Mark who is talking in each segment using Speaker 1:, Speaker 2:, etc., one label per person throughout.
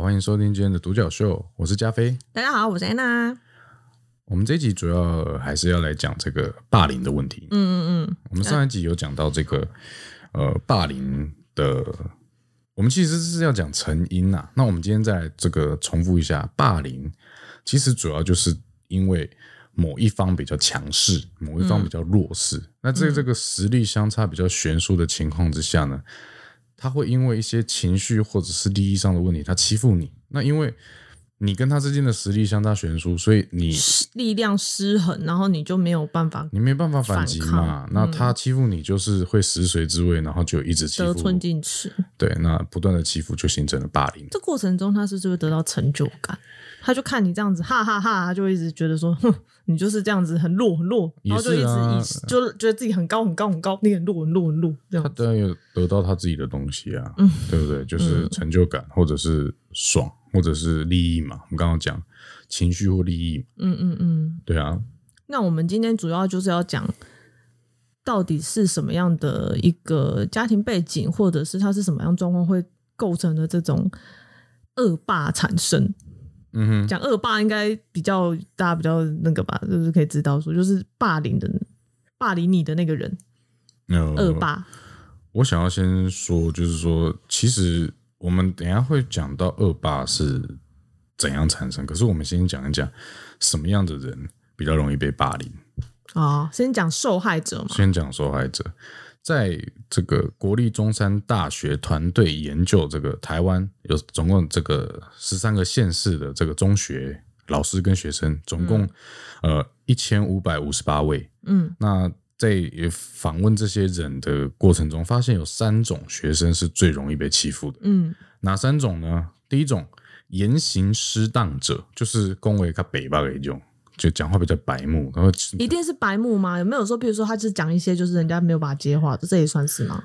Speaker 1: 欢迎收听今天的独角秀，我是加菲。
Speaker 2: 大家好，我是安娜。
Speaker 1: 我们这一集主要还是要来讲这个霸凌的问题。
Speaker 2: 嗯嗯嗯，
Speaker 1: 我们上一集有讲到这个呃霸凌的，我们其实是要讲成因呐、那我们今天再这个重复一下，霸凌其实主要就是因为某一方比较强势，某一方比较弱势。那在这个实力相差比较悬殊的情况之下呢，他会因为一些情绪或者是利益上的问题，他欺负你。那因为你跟他之间的实力相差悬殊，所以你
Speaker 2: 力量失衡，然后你就没有办法
Speaker 1: 你没办法反击
Speaker 2: 反
Speaker 1: 嘛
Speaker 2: 抗。嗯
Speaker 1: 那他欺负你就是会食髓知味，然后就一直欺
Speaker 2: 得寸
Speaker 1: 负。
Speaker 2: 进尺。
Speaker 1: 对，那不断的欺负就形成了霸凌。
Speaker 2: 这过程中，他是不是会得到成就感？他就看你这样子，哈哈哈他就一直觉得说， 哼，你就是这样子很弱很弱，
Speaker 1: 也
Speaker 2: 然后
Speaker 1: 是
Speaker 2: 就
Speaker 1: 啊
Speaker 2: 一直以、就觉得自己很高很高很高，你很弱很弱很弱这
Speaker 1: 他
Speaker 2: 样。
Speaker 1: 当然有得到他自己的东西啊，
Speaker 2: 嗯
Speaker 1: 对不对？就是成就感，或者是爽，或者是利益嘛。我们刚刚讲情绪或利益嘛，
Speaker 2: 嗯嗯嗯。
Speaker 1: 对啊，
Speaker 2: 那我们今天主要就是要讲，到底是什么样的一个家庭背景，或者是他是什么样状况会构成的这种恶霸产生。
Speaker 1: 嗯哼，
Speaker 2: 讲恶霸应该比较大家比较那个吧，就是可以知道说，就是霸凌的霸凌你的那个人，
Speaker 1: 那
Speaker 2: 恶霸。
Speaker 1: 呃我想要先说，就是说，其实我们等一下会讲到恶霸是怎样产生，可是我们先讲一讲什么样的人比较容易被霸凌。
Speaker 2: 啊、先讲受害者嘛，
Speaker 1: 先讲受害者，在这个国立中山大学团队研究这个台湾有总共这个十三个县市的这个中学老师跟学生，总共、呃一千五百五十八位。
Speaker 2: 嗯
Speaker 1: 那在访问这些人的过程中，发现有三种学生是最容易被欺负的。
Speaker 2: 嗯
Speaker 1: 哪三种呢？第一种，言行失当者，就是恭维他北巴的一种，就讲话比较白目，然后
Speaker 2: 一定是白目吗？有没有说，比如说他就是讲一些就是人家没有把他接话的，这也算是吗？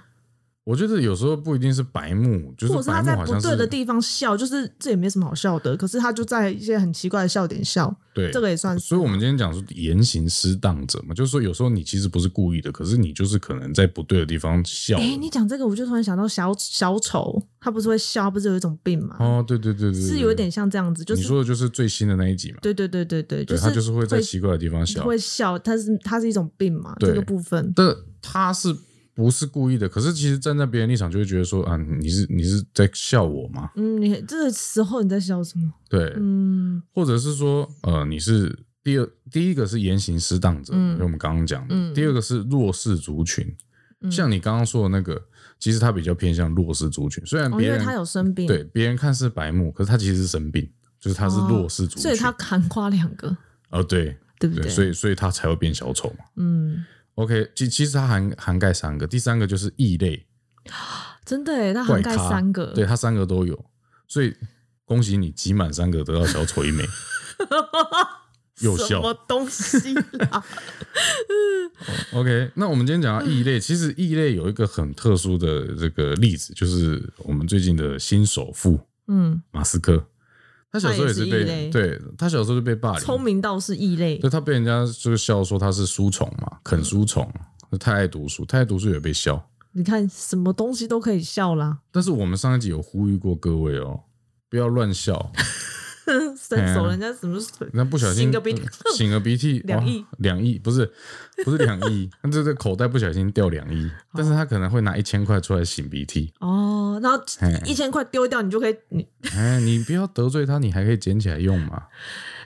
Speaker 1: 我觉得有时候不一定是白目，就
Speaker 2: 或者
Speaker 1: 是
Speaker 2: 是
Speaker 1: 白
Speaker 2: 他
Speaker 1: 目
Speaker 2: 在
Speaker 1: 好
Speaker 2: 不
Speaker 1: 像
Speaker 2: 对
Speaker 1: 是
Speaker 2: 的地方笑，就是这也没什么好笑的，可是他就在一些很奇怪的笑点笑，
Speaker 1: 对
Speaker 2: 这个也算是。
Speaker 1: 所以，我们今天讲说言行失当者嘛，就是说有时候你其实不是故意的，可是你就是可能在不对的地方笑了。
Speaker 2: 哎，你讲这个，我就突然想到小小丑，他不是会笑，他不是有一种病吗？
Speaker 1: 哦，对对对对，对
Speaker 2: 是有一点像这样子，就是
Speaker 1: 你说的就是最新的那一集嘛，
Speaker 2: 对对对对对，
Speaker 1: 对，
Speaker 2: 是
Speaker 1: 他就是会在奇怪的地方笑。
Speaker 2: 会笑，它是它是一种病嘛，
Speaker 1: 对
Speaker 2: 这个部分，
Speaker 1: 但他是不是故意的？可是其实站在别人立场就会觉得说啊，你是你是在笑我吗？
Speaker 2: 嗯，你这个时候你在笑什么？
Speaker 1: 对，
Speaker 2: 嗯
Speaker 1: 或者是说，呃，你是第二第一个是言行失当者，
Speaker 2: 嗯
Speaker 1: 就我们刚刚讲的；
Speaker 2: 嗯
Speaker 1: 第二个是弱势族群，
Speaker 2: 嗯
Speaker 1: 像你刚刚说的那个，其实他比较偏向弱势族群，虽然
Speaker 2: 哦，
Speaker 1: 别
Speaker 2: 因为
Speaker 1: 人、
Speaker 2: 他有生病，
Speaker 1: 对别人看似白目，可是他其实是生病，就是他是
Speaker 2: 哦
Speaker 1: 弱势族群，
Speaker 2: 所以他含夸两个，
Speaker 1: 哦对
Speaker 2: 对不
Speaker 1: 对，
Speaker 2: 对？
Speaker 1: 所以所以他才会变小丑嘛。
Speaker 2: 嗯，
Speaker 1: OK，其其实它涵涵盖三个，第三个就是异类，
Speaker 2: 真的耶，他
Speaker 1: 怪
Speaker 2: 涵盖
Speaker 1: 咖，
Speaker 2: 三个，
Speaker 1: 对， 他三个都有，所以恭喜你集满三个得到小丑一枚，有
Speaker 2: 什
Speaker 1: 效
Speaker 2: 么。东西 啦？
Speaker 1: OK，那我们今天讲到
Speaker 2: 嗯
Speaker 1: 异类，其实异类有一个很特殊的这个例子，就是我们最近的新首富
Speaker 2: 嗯，
Speaker 1: 马斯克，他小时候也是
Speaker 2: 他也是异
Speaker 1: 被
Speaker 2: 类
Speaker 1: 对他小时候就被霸
Speaker 2: 聪
Speaker 1: 凌，
Speaker 2: 明到是异类
Speaker 1: 对，他被人家就是笑说他是书虫
Speaker 2: 嗯
Speaker 1: 嘛，啃书虫，太爱读书，太爱读书也被笑。
Speaker 2: 你看什么东西都可以笑啦，
Speaker 1: 但是我们上一集有呼吁过各位哦，不要乱笑，
Speaker 2: 伸手人家什么水
Speaker 1: 啊那不小心
Speaker 2: 擤个鼻涕
Speaker 1: 呃擤个鼻涕，
Speaker 2: 两
Speaker 1: 哇
Speaker 2: 亿，
Speaker 1: 两亿不是不是两 亿，那这个口袋不小心掉两亿，但是他可能会拿一千块出来擤鼻涕。
Speaker 2: 哦，然后
Speaker 1: 嘿
Speaker 2: 一千块丢掉，你就可以你
Speaker 1: 哎，你不要得罪他，你还可以捡起来用嘛。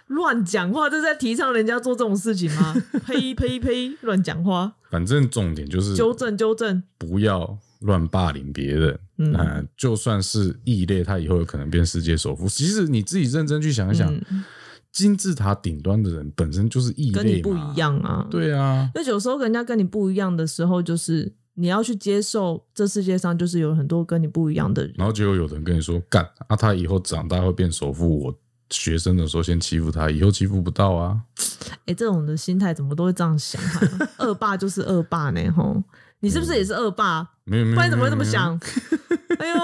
Speaker 2: 乱讲话，这是在提倡人家做这种事情 吗？呸呸呸，乱讲话，
Speaker 1: 反正重点就是
Speaker 2: 纠正纠正。
Speaker 1: 不要乱霸凌别人。
Speaker 2: 嗯
Speaker 1: 那就算是异类，他以后有可能变世界首富。其实你自己认真去想一想，
Speaker 2: 嗯
Speaker 1: 金字塔顶端的人本身就是异类嘛
Speaker 2: 跟你不一。样啊。，
Speaker 1: 对啊，
Speaker 2: 因为有时候人家跟你不一样的时候，就是你要去接受这世界上就是有很多跟你不一样 的人。
Speaker 1: 然后结果有人跟你说干啊，他以后长大会变首富，我学生的时候先欺负他，以后欺负不到啊。
Speaker 2: 哎，这种的心态怎么都会这样想啊？ 恶霸就是恶霸呢，吼！你是不是也是恶霸？
Speaker 1: 没有没有，
Speaker 2: 不然怎么会这么
Speaker 1: 没有？
Speaker 2: 想？ 哎呦，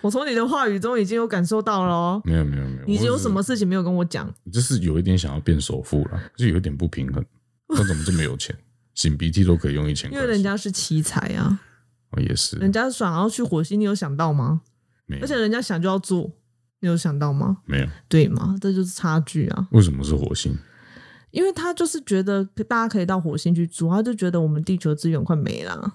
Speaker 2: 我从你的话语中已经有感受到了哦。
Speaker 1: 没有没有没有，
Speaker 2: 你
Speaker 1: 嗯我
Speaker 2: 有
Speaker 1: 只
Speaker 2: 什么事情没有跟我讲？
Speaker 1: 就是有一点想要变首富了，就有一点不平衡。他怎么这么有钱？擤鼻涕都可以用一千
Speaker 2: 因
Speaker 1: 块
Speaker 2: 为
Speaker 1: 钱，
Speaker 2: 人家是奇才啊，
Speaker 1: 哦也是，
Speaker 2: 人家想要去火星，你有想到吗？
Speaker 1: 没有
Speaker 2: 而且人家想就要做，你有想到吗？
Speaker 1: 没有，
Speaker 2: 对吗？这就是差距啊！
Speaker 1: 为什么是火星？
Speaker 2: 因为他就是觉得大家可以到火星去住，他就觉得我们地球资源快没啦，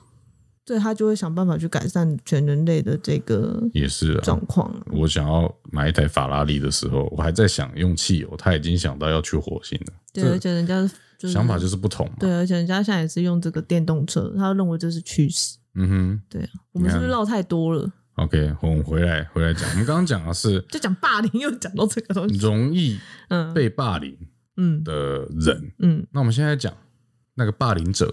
Speaker 2: 所以他就会想办法去改善全人类的这个
Speaker 1: 也是啊，
Speaker 2: 状况啊。
Speaker 1: 我想要买一台法拉利的时候，我还在想用汽油，他已经想到要去火星了。
Speaker 2: 对，而且人家就是
Speaker 1: 想法就是不同嘛。
Speaker 2: 对，而且人家现在也是用这个电动车，他认为这是趋势。
Speaker 1: 嗯哼
Speaker 2: 对啊，我们是不是绕太多了？
Speaker 1: ，OK，我们回来回来讲，我们刚刚讲的是
Speaker 2: 就讲霸凌，又讲到这个东西。
Speaker 1: 容易
Speaker 2: 嗯
Speaker 1: 被霸凌
Speaker 2: 嗯
Speaker 1: 的人，
Speaker 2: 嗯
Speaker 1: 那我们现在讲那个霸凌者，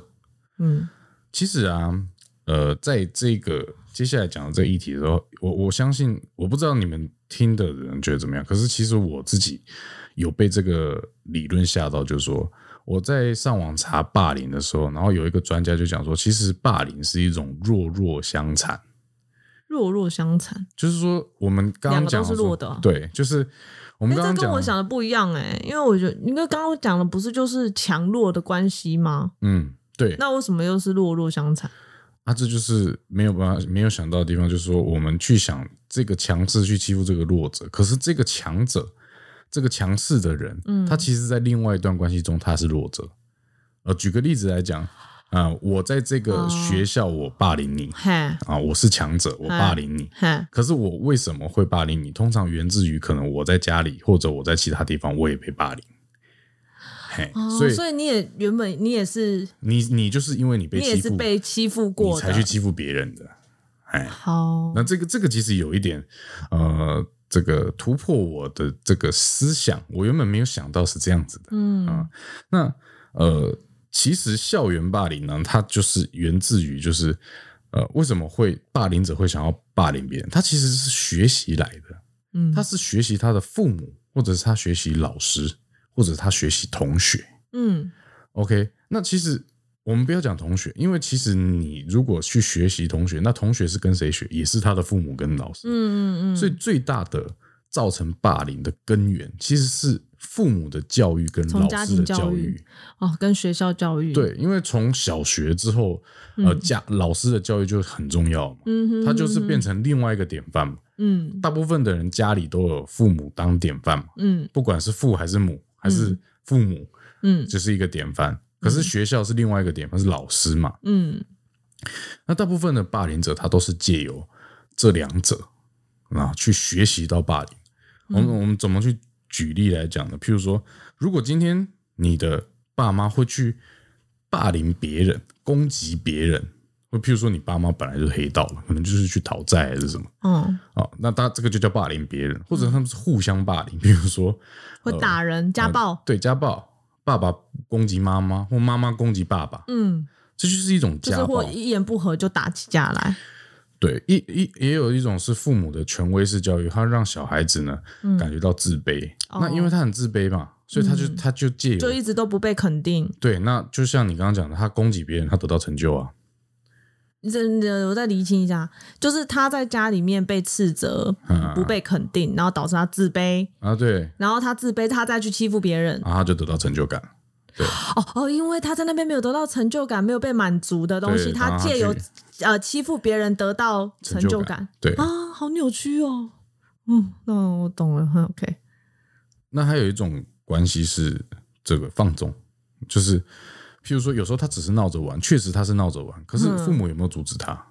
Speaker 2: 嗯
Speaker 1: 其实啊，呃，在这个接下来讲的这个议题的时候，我我相信，我不知道你们听的人觉得怎么样，可是其实我自己有被这个理论吓到，就是说我在上网查霸凌的时候，然后有一个专家就讲说，其实霸凌是一种弱弱相残，
Speaker 2: 弱弱相残。
Speaker 1: 就是说我们刚刚讲
Speaker 2: 两个都是
Speaker 1: 说
Speaker 2: 弱的啊
Speaker 1: 对，就是我们
Speaker 2: 哎，
Speaker 1: 刚
Speaker 2: 这
Speaker 1: 刚
Speaker 2: 跟
Speaker 1: 讲
Speaker 2: 我
Speaker 1: 的，
Speaker 2: 想的不一样哎、因为我觉得，因为刚刚讲的不是就是强弱的关系吗？
Speaker 1: 嗯，对，
Speaker 2: 那为什么又是弱弱相残？
Speaker 1: 啊，这就是没有办法没有想到的地方，就是说我们去想这个强势去欺负这个弱者，可是这个强者，这个强势的人，
Speaker 2: 嗯
Speaker 1: 他其实在另外一段关系中他是弱者。呃，举个例子来讲，啊、我在这个
Speaker 2: 哦
Speaker 1: 学校我霸凌你、
Speaker 2: 嘿，
Speaker 1: 啊，我是强者，我
Speaker 2: 哎
Speaker 1: 霸凌你。
Speaker 2: 嘿，
Speaker 1: 可是我为什么会霸凌你？通常源自于可能我在家里或者我在其他地方我也被霸凌，嘿，
Speaker 2: 哦，
Speaker 1: 所以
Speaker 2: 所以你也原本你也是
Speaker 1: 你你就是因为你被
Speaker 2: 你也
Speaker 1: 欺
Speaker 2: 是
Speaker 1: 负，
Speaker 2: 被欺负
Speaker 1: 你
Speaker 2: 过的，
Speaker 1: 才去欺负别人的。哎
Speaker 2: 好，
Speaker 1: 那这个这个其实有一点，呃，这个突破我的这个思想，我原本没有想到是这样子的。啊
Speaker 2: 嗯
Speaker 1: 那呃，其实校园霸凌呢，它就是源自于就是呃，为什么会霸凌者会想要霸凌别人？他其实是学习来的，
Speaker 2: 嗯，
Speaker 1: 他是学习他的父母，或者是他学习老师，或者他学习同学。
Speaker 2: 嗯
Speaker 1: OK，那其实我们不要讲同学，因为其实你如果去学习同学，那同学是跟谁学，也是他的父母跟老师。
Speaker 2: 嗯嗯嗯，
Speaker 1: 所以最大的造成霸凌的根源，其实是父母的教育跟
Speaker 2: 从
Speaker 1: 老
Speaker 2: 家
Speaker 1: 师
Speaker 2: 庭
Speaker 1: 的
Speaker 2: 教
Speaker 1: 教
Speaker 2: 育哦，跟学校教育，
Speaker 1: 对，因为从小学之后，呃，家老师的教育就很重要嘛，
Speaker 2: 嗯哼，嗯哼，
Speaker 1: 他就是变成另外一个典范嘛。
Speaker 2: 嗯
Speaker 1: 大部分的人家里都有父母当典范嘛，
Speaker 2: 嗯
Speaker 1: 不管是父还是母，还是父母，
Speaker 2: 嗯
Speaker 1: 就是一个典范。可是学校是另外一个典范，是老师嘛。
Speaker 2: 嗯
Speaker 1: 那大部分的霸凌者，他都是借由这两者啊去学习到霸凌。我
Speaker 2: 嗯
Speaker 1: 们我们怎么去举例来讲呢？譬如说，如果今天你的爸妈会去霸凌别人、攻击别人，或譬如说你爸妈本来就是黑道了，可能就是去讨债还是什么
Speaker 2: 哦，
Speaker 1: 啊，那他这个就叫霸凌别人，或者他们是互相霸凌，比如说
Speaker 2: 会
Speaker 1: 呃
Speaker 2: 打人、 家暴，
Speaker 1: 对家暴，爸爸攻击妈妈，或妈妈攻击爸爸，
Speaker 2: 嗯，
Speaker 1: 这就是一种
Speaker 2: 就是
Speaker 1: 家暴
Speaker 2: 或。一言不合就打起架来，
Speaker 1: 对，一一也有一种是父母的权威式教育，他让小孩子呢、感觉到自卑。
Speaker 2: 嗯哦嗯
Speaker 1: 那因为他很自卑嘛，所以他就、他就借
Speaker 2: 就
Speaker 1: 由
Speaker 2: 一直都不被肯定。
Speaker 1: 对，那就像你刚刚讲的，他攻击别人，他得到成就啊。
Speaker 2: 真的，我再厘清一下，就是他在家里面被斥责，
Speaker 1: 嗯
Speaker 2: 不被肯定，然后导致他自卑，
Speaker 1: 啊，对，
Speaker 2: 然后他自卑，他再去欺负别人。
Speaker 1: 然后他就得到成就感。
Speaker 2: 哦哦，因为他在那边没有得到成就感，没有被满足的东西，
Speaker 1: 对
Speaker 2: 他
Speaker 1: 然后他
Speaker 2: 借由
Speaker 1: 去
Speaker 2: 呃欺负别人得到
Speaker 1: 成
Speaker 2: 成就
Speaker 1: 就
Speaker 2: 感
Speaker 1: 感对
Speaker 2: 啊，好扭曲哦。嗯，那我懂了，很 OK。
Speaker 1: 那还有一种关系是这个放纵，就是譬如说，有时候他只是闹着玩，确实他是闹着玩，可是
Speaker 2: 嗯
Speaker 1: 父母有没有阻止他？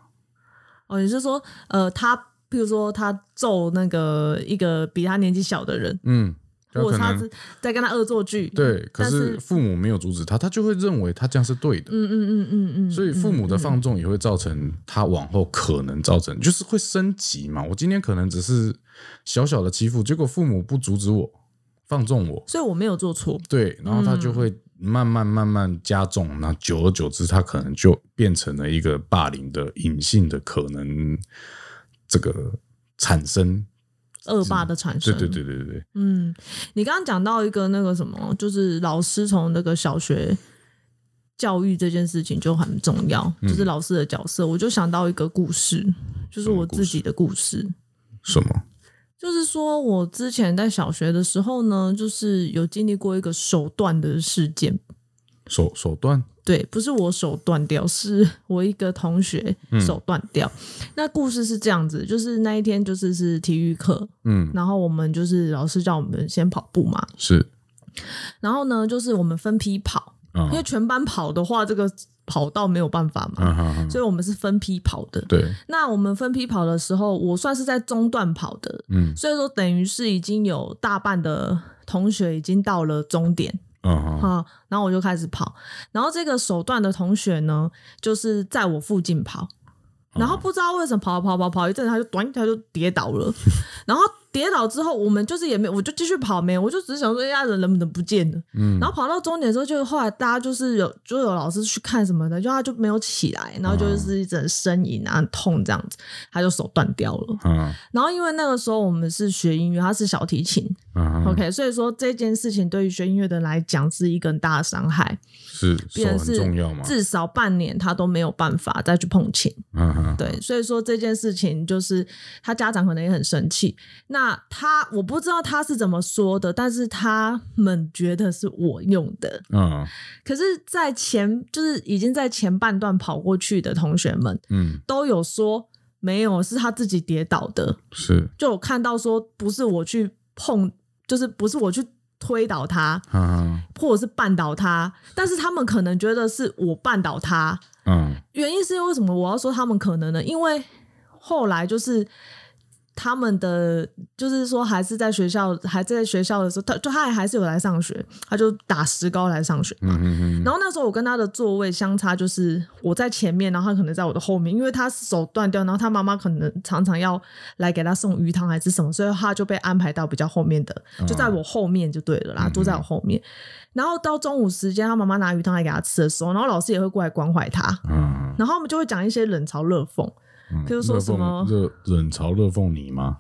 Speaker 2: 哦，你是说呃，他譬如说他揍那个一个比他年纪小的人，
Speaker 1: 嗯，有
Speaker 2: 或者
Speaker 1: 可
Speaker 2: 他
Speaker 1: 能
Speaker 2: 是在跟他恶作剧，
Speaker 1: 对，可
Speaker 2: 但
Speaker 1: 是
Speaker 2: 是
Speaker 1: 父母没有阻止他，他就会认为他这样是对的。
Speaker 2: 嗯嗯嗯嗯嗯，
Speaker 1: 所以父母的放纵也会造成他往后可能造成，就是会升级嘛。我今天可能只是小小的欺负，结果父母不阻止我，放纵我，
Speaker 2: 所以我没有做错，
Speaker 1: 对，然后他
Speaker 2: 嗯
Speaker 1: 就会慢慢慢慢加重，那久而久之，他可能就变成了一个霸凌的隐性的可能，这个产生，
Speaker 2: 恶霸的产
Speaker 1: 对
Speaker 2: 生。
Speaker 1: 对对对对，
Speaker 2: 嗯，你刚刚讲到一个那个什么，就是老师从那个小学教育这件事情就很重要，
Speaker 1: 嗯
Speaker 2: 就是老师的角色。我就想到一个故事，就是我自己的故事。
Speaker 1: 什么？
Speaker 2: 就是说我之前在小学的时候呢，就是有经历过一个手段的事件，
Speaker 1: 手手段
Speaker 2: 对，不是我手断掉，是我一个同学手断掉。那故事是这样子，就是那一天就是是体育课，
Speaker 1: 嗯，
Speaker 2: 然后我们就是老师叫我们先跑步嘛，
Speaker 1: 是
Speaker 2: 然后呢就是我们分批跑，
Speaker 1: 啊
Speaker 2: 因为全班跑的话，这个跑道没有办法嘛，
Speaker 1: 啊哈哈，
Speaker 2: 所以我们是分批跑的。
Speaker 1: 对，
Speaker 2: 那我们分批跑的时候，我算是在中段跑的，
Speaker 1: 嗯，
Speaker 2: 所以说等于是已经有大半的同学已经到了终点。
Speaker 1: 啊哈，
Speaker 2: 啊，然后我就开始跑，然后这个手段的同学呢，就是在我附近跑，然后不知道为什么跑跑跑跑一阵，他就短他就跌倒了，然后跌倒之后，我们就是也没我就继续跑没有，我就只是想说，哎呀，人能不能不见了？
Speaker 1: 嗯
Speaker 2: 然后跑到终点之后，就后来大家就是有就有老师去看什么的，就他就没有起来，然后就是一阵呻吟啊，很痛这样子，他就手断掉了。
Speaker 1: 啊
Speaker 2: 然后因为那个时候我们是学音乐，他是小提琴，
Speaker 1: 啊哈，
Speaker 2: OK，所以说这件事情对于学音乐的人来讲是一个很大的伤害，
Speaker 1: 是
Speaker 2: 变
Speaker 1: 手很
Speaker 2: 成是
Speaker 1: 重要嘛，
Speaker 2: 至少半年他都没有办法再去碰琴。
Speaker 1: 啊哈，
Speaker 2: 对，所以说这件事情就是他家长可能也很生气。那他我不知道他是怎么说的，但是他们觉得是我用的。
Speaker 1: 嗯
Speaker 2: 可是，在前就是已经在前半段跑过去的同学们
Speaker 1: 嗯，
Speaker 2: 都有说没有，是他自己跌倒的。
Speaker 1: 是
Speaker 2: 就有看到说不是我去碰，就是不是我去推倒他，
Speaker 1: 啊哈，
Speaker 2: 或者是绊倒他，但是他们可能觉得是我绊倒他。
Speaker 1: 嗯
Speaker 2: 原因是为什么我要说他们可能呢？因为后来就是他们的，就是说还是在学校，还在学校的时候，他就他还是有来上学，他就打石膏来上学嘛。
Speaker 1: 嗯嗯
Speaker 2: 然后那时候我跟他的座位相差就是我在前面，然后他可能在我的后面，因为他手断掉，然后他妈妈可能常常要来给他送鱼汤还是什么，所以他就被安排到比较后面的，就在我后面就对了啦，坐在我后面。然后到中午时间，他妈妈拿鱼汤来给他吃的时候，然后老师也会过来关怀他，
Speaker 1: 嗯
Speaker 2: 然后我们就会讲一些冷嘲热讽，
Speaker 1: 嗯，
Speaker 2: 譬如说
Speaker 1: 热
Speaker 2: 什
Speaker 1: 凤
Speaker 2: 么
Speaker 1: 热冷嘲热讽你吗？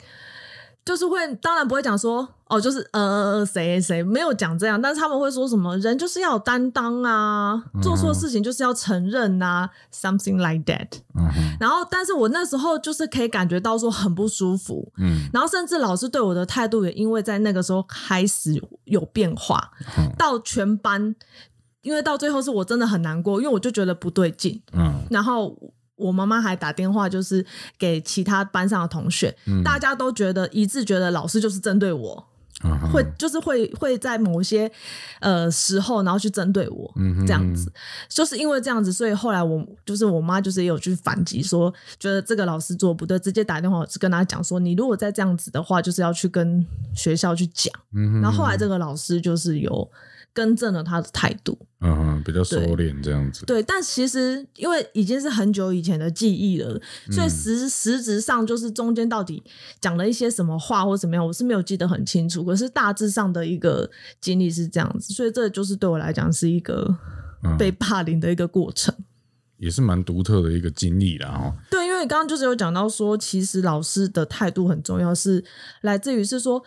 Speaker 2: 就是会当然不会讲说哦，就是呃呃呃谁谁没有讲这样，但是他们会说什么人就是要有担当啊，做错事情就是要承认啊、s o m e t h i n g like that。
Speaker 1: 嗯哼，
Speaker 2: 然后，但是我那时候就是可以感觉到说很不舒服，
Speaker 1: 嗯
Speaker 2: 然后甚至老师对我的态度也因为在那个时候开始有变化，
Speaker 1: 嗯
Speaker 2: 到全班，因为到最后是我真的很难过，因为我就觉得不对劲，
Speaker 1: 嗯
Speaker 2: 然后。我妈妈还打电话，就是给其他班上的同学，大家都觉得一致觉得老师就是针对我，
Speaker 1: 嗯哼，
Speaker 2: 会就是会会在某些呃时候，然后去针对我，
Speaker 1: 嗯哼
Speaker 2: 这样子，就是因为这样子，所以后来我就是我妈就是也有去反击说，觉得这个老师做不对，直接打电话跟他讲说，你如果再这样子的话，就是要去跟学校去讲。
Speaker 1: 嗯
Speaker 2: 然
Speaker 1: 哼，
Speaker 2: 后后来这个老师就是有更正了他的态度，
Speaker 1: 嗯哼，比较收敛这样子，
Speaker 2: 对，但其实因为已经是很久以前的记忆了，所以实实质上就是中间到底讲了一些什么话或怎么样，我是没有记得很清楚。可是大致上的一个经历是这样子，所以这就是对我来讲是一个
Speaker 1: 嗯
Speaker 2: 被霸凌的一个过程。
Speaker 1: 也是蛮独特的一个经历啦哈。
Speaker 2: 对，因为你刚刚就是有讲到说，其实老师的态度很重要，是来自于是说，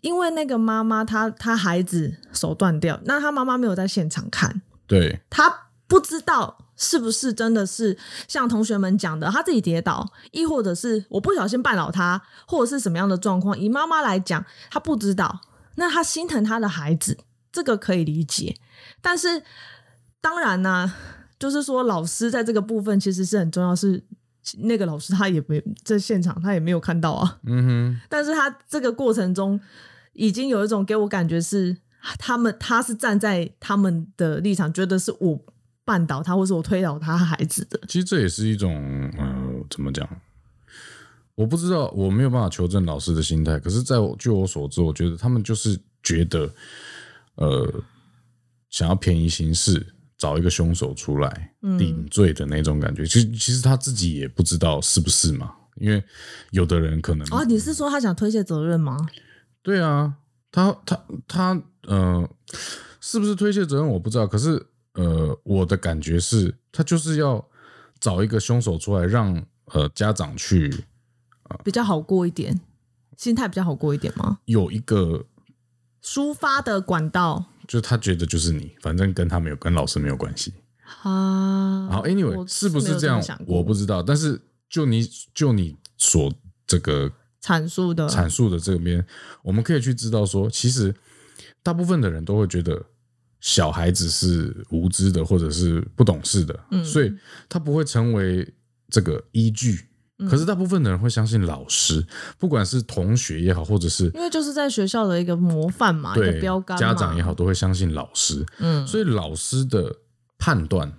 Speaker 2: 因为那个妈妈她她孩子手断掉，那她妈妈没有在现场看，
Speaker 1: 对，
Speaker 2: 他不知道是不是真的是像同学们讲的，他自己跌倒，亦或者是我不小心绊倒他，或者是什么样的状况。以妈妈来讲，她不知道，那她心疼她的孩子，这个可以理解。但是当然呢、就是说老师在这个部分其实是很重要，是那个老师他也没在现场，他也没有看到啊。
Speaker 1: 嗯
Speaker 2: 但是他这个过程中已经有一种给我感觉是他们他是站在他们的立场，觉得是我绊倒他，或是我推倒他孩子的。
Speaker 1: 哼，其实这也是一种呃，怎么讲？我不知道，我没有办法求证老师的心态。可是，在我据我所知，我觉得他们就是觉得，呃，想要便宜行事，找一个凶手出来
Speaker 2: 嗯
Speaker 1: 顶罪的那种感觉。其实，其实他自己也不知道是不是嘛，因为有的人可能
Speaker 2: 哦，你是说他想推卸责任吗？
Speaker 1: 对啊，他他他呃，是不是推卸责任我不知道，可是呃，我的感觉是，他就是要找一个凶手出来让，呃家长去
Speaker 2: 比较好过一点，心态比较好过一点吗？
Speaker 1: 有一个，
Speaker 2: 抒发的管道
Speaker 1: 就是他觉得就是你，反正跟他没有跟老师没有关系。
Speaker 2: 啊，
Speaker 1: 好，anyway，
Speaker 2: 我
Speaker 1: 是不
Speaker 2: 没
Speaker 1: 是
Speaker 2: 有
Speaker 1: 这
Speaker 2: 么
Speaker 1: 样
Speaker 2: 想过
Speaker 1: 我不知道，但是就你就你所这个
Speaker 2: 阐述的，
Speaker 1: 阐述的这边，我们可以去知道说，其实大部分的人都会觉得小孩子是无知的或者是不懂事的，
Speaker 2: 嗯
Speaker 1: 所以他不会成为这个依据。
Speaker 2: 嗯
Speaker 1: 可是大部分的人会相信老师，不管是同学也好，或者是
Speaker 2: 因为就是在学校的一个模范嘛，一个
Speaker 1: 对
Speaker 2: 标杆嘛，
Speaker 1: 家长也好，都会相信老师。
Speaker 2: 嗯，
Speaker 1: 所以老师的判断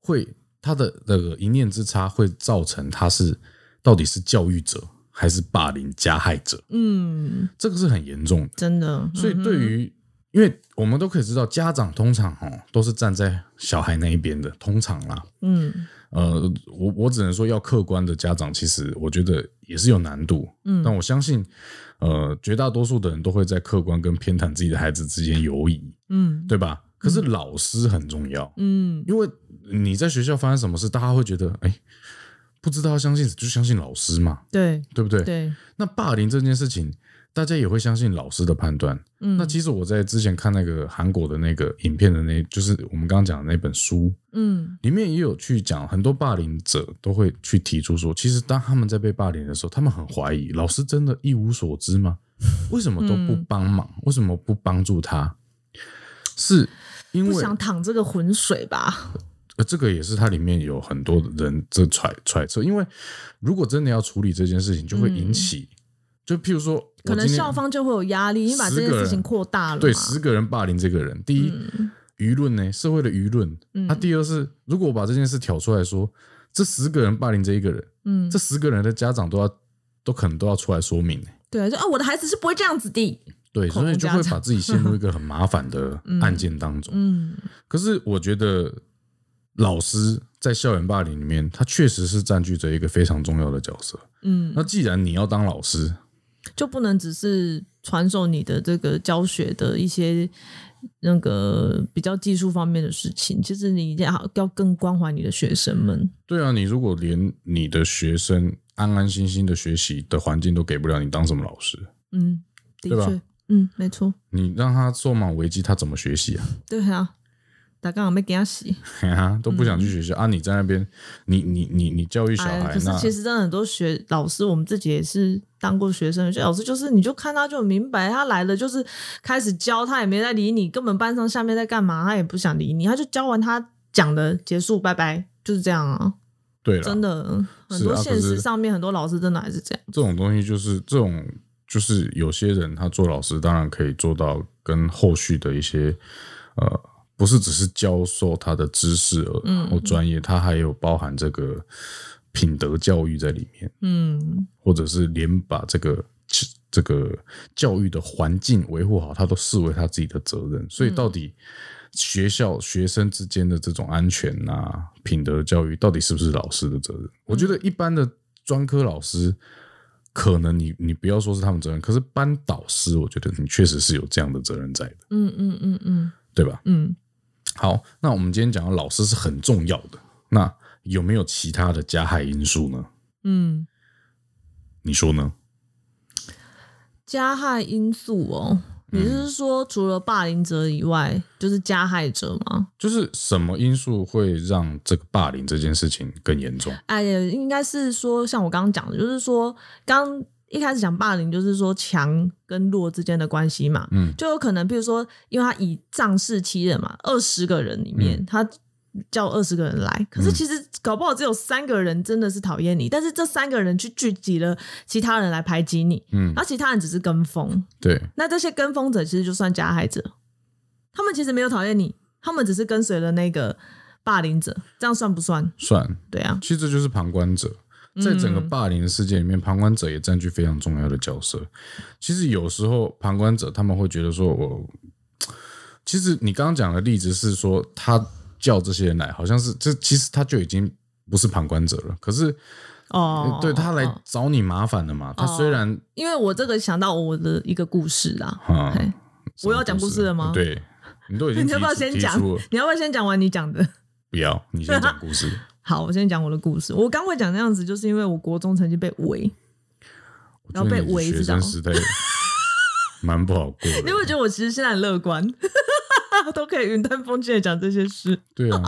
Speaker 1: 会他的那个一念之差，会造成他是到底是教育者还是霸凌加害者，
Speaker 2: 嗯，
Speaker 1: 这个是很严重的。
Speaker 2: 真的，
Speaker 1: 所以对于，因为我们都可以知道，家长通常哦都是站在小孩那一边的，通常啦。
Speaker 2: 嗯
Speaker 1: 呃，我我只能说，要客观的家长，其实我觉得也是有难度。
Speaker 2: 嗯
Speaker 1: 但我相信，呃，绝大多数的人都会在客观跟偏袒自己的孩子之间游移，
Speaker 2: 嗯
Speaker 1: 对吧？可是老师很重要，
Speaker 2: 嗯
Speaker 1: 因为你在学校发生什么事，大家会觉得，哎，不知道要相信就相信老师嘛，
Speaker 2: 对
Speaker 1: 对不对？
Speaker 2: 对，
Speaker 1: 那霸凌这件事情，大家也会相信老师的判断。
Speaker 2: 嗯，
Speaker 1: 那其实我在之前看那个韩国的那个影片的那，就是我们刚刚讲的那本书，
Speaker 2: 嗯
Speaker 1: 里面也有去讲，很多霸凌者都会去提出说，其实当他们在被霸凌的时候，他们很怀疑老师真的一无所知吗？为什么都
Speaker 2: 嗯
Speaker 1: 不帮忙？为什么不帮助他？是因
Speaker 2: 不
Speaker 1: 为
Speaker 2: 想淌这个浑水吧？
Speaker 1: 呃，这个也是它里面有很多人这揣揣测，因为如果真的要处理这件事情，就会引起，就譬如说，
Speaker 2: 嗯可能校方就会有压力，因为把这件事情扩大了嘛，嗯
Speaker 1: 对十个人霸凌这个人，第一、舆论呢，社会的舆论，那、第二是如果我把这件事挑出来说，这十个人霸凌这一个人，
Speaker 2: 嗯
Speaker 1: 这十个人的家长都要都可能都要出来说明，
Speaker 2: 对，就啊，我的孩子是不会这样子的，
Speaker 1: 对，
Speaker 2: 恐
Speaker 1: 所
Speaker 2: 龙
Speaker 1: 以就
Speaker 2: 家
Speaker 1: 会
Speaker 2: 长
Speaker 1: 把自己陷入一个很麻烦的案件当中。
Speaker 2: 嗯
Speaker 1: 可是我觉得老师在校园霸凌里面，他确实是占据着一个非常重要的角色。
Speaker 2: 嗯，
Speaker 1: 那既然你要当老师，
Speaker 2: 就不能只是传授你的这个教学的一些那个比较技术方面的事情，其实你要要更关怀你的学生们，
Speaker 1: 对啊，你如果连你的学生安安心心的学习的环境都给不了，你当什么老师？
Speaker 2: 嗯，的
Speaker 1: 对吧
Speaker 2: 确，嗯，没错，
Speaker 1: 你让他受满危机，他怎么学习啊？
Speaker 2: 对啊，大刚好没给他洗。
Speaker 1: 嘿啊，都不想去学校、啊！你在那边，你你你你教育小孩，
Speaker 2: 嗯哎，可是
Speaker 1: 那
Speaker 2: 其实真的很多学老师，我们自己也是当过学生，有些老师就是你就看他就很明白，他来了就是开始教，他也没在理你，根本班上下面在干嘛，他也不想理你，他就教完他讲的结束，拜拜，就是这样啊，
Speaker 1: 对了，
Speaker 2: 真的很
Speaker 1: 是
Speaker 2: 多
Speaker 1: 啊
Speaker 2: 现
Speaker 1: 可
Speaker 2: 实
Speaker 1: 是
Speaker 2: 上面很多老师真的还是这样，
Speaker 1: 这种东西就是这种，就是有些人他做老师，当然可以做到跟后续的一些呃，不是只是教授他的知识而
Speaker 2: 嗯
Speaker 1: 或专业，他还有包含这个品德教育在里面，
Speaker 2: 嗯
Speaker 1: 或者是连把这个这个教育的环境维护好，他都视为他自己的责任。所以到底学校学生之间的这种安全啊、品德教育，到底是不是老师的责任？我觉得一般的专科老师，可能你你不要说是他们责任，可是班导师，我觉得你确实是有这样的责任在的，
Speaker 2: 嗯嗯嗯嗯
Speaker 1: 对吧？
Speaker 2: 嗯，
Speaker 1: 好，那我们今天讲到老师是很重要的，那有没有其他的加害因素呢？
Speaker 2: 嗯，
Speaker 1: 你说呢？
Speaker 2: 加害因素哦，你
Speaker 1: 嗯
Speaker 2: 是说除了霸凌者以外，就是加害者吗？
Speaker 1: 就是什么因素会让这个霸凌这件事情更严重？
Speaker 2: 哎呀，应该是说，像我刚刚讲的，就是说，刚一开始讲霸凌，就是说强跟弱之间的关系嘛，
Speaker 1: 嗯
Speaker 2: 就有可能，比如说，因为他以仗势欺人嘛，二十个人里
Speaker 1: 嗯
Speaker 2: 面，他叫二十个人来，可是其实搞不好只有三个人真的是讨厌你，但是这三个人去聚集了其他人来排挤你，
Speaker 1: 嗯
Speaker 2: 然，后其他人只是跟风，
Speaker 1: 对，
Speaker 2: 那这些跟风者其实就算加害者，他们其实没有讨厌你，他们只是跟随了那个霸凌者，这样算不算？
Speaker 1: 算，
Speaker 2: 对啊，
Speaker 1: 其实这就是旁观者。在整
Speaker 2: 嗯
Speaker 1: 个霸凌的事件里面，旁观者也占据非常重要的角色。其实有时候旁观者他们会觉得说，我其实你刚刚讲的例子是说，他叫这些人来，好像是这其实他就已经不是旁观者了。可是
Speaker 2: 哦，
Speaker 1: 对他来
Speaker 2: 哦
Speaker 1: 找你麻烦了嘛？他虽然
Speaker 2: 因为我这个想到我的一个故事啦，
Speaker 1: 啊
Speaker 2: 嘿，
Speaker 1: 什么
Speaker 2: 我要讲故事了吗？，
Speaker 1: 对，你都已经
Speaker 2: 你要不要
Speaker 1: 提出
Speaker 2: 先
Speaker 1: 提
Speaker 2: 讲
Speaker 1: 出了？
Speaker 2: 你要不要先讲完你讲的？
Speaker 1: 不要，你先讲故事。
Speaker 2: 好，我先讲我的故事。我刚会讲那样子，就是因为我国中曾经被围，然后被
Speaker 1: 我
Speaker 2: 围
Speaker 1: 觉得你
Speaker 2: 着
Speaker 1: 学
Speaker 2: 这样
Speaker 1: 生时代蛮不好过
Speaker 2: 你有没有
Speaker 1: 的。
Speaker 2: 觉得我其实现在很乐观， 都可以云淡风轻的讲这些事。
Speaker 1: 对啊，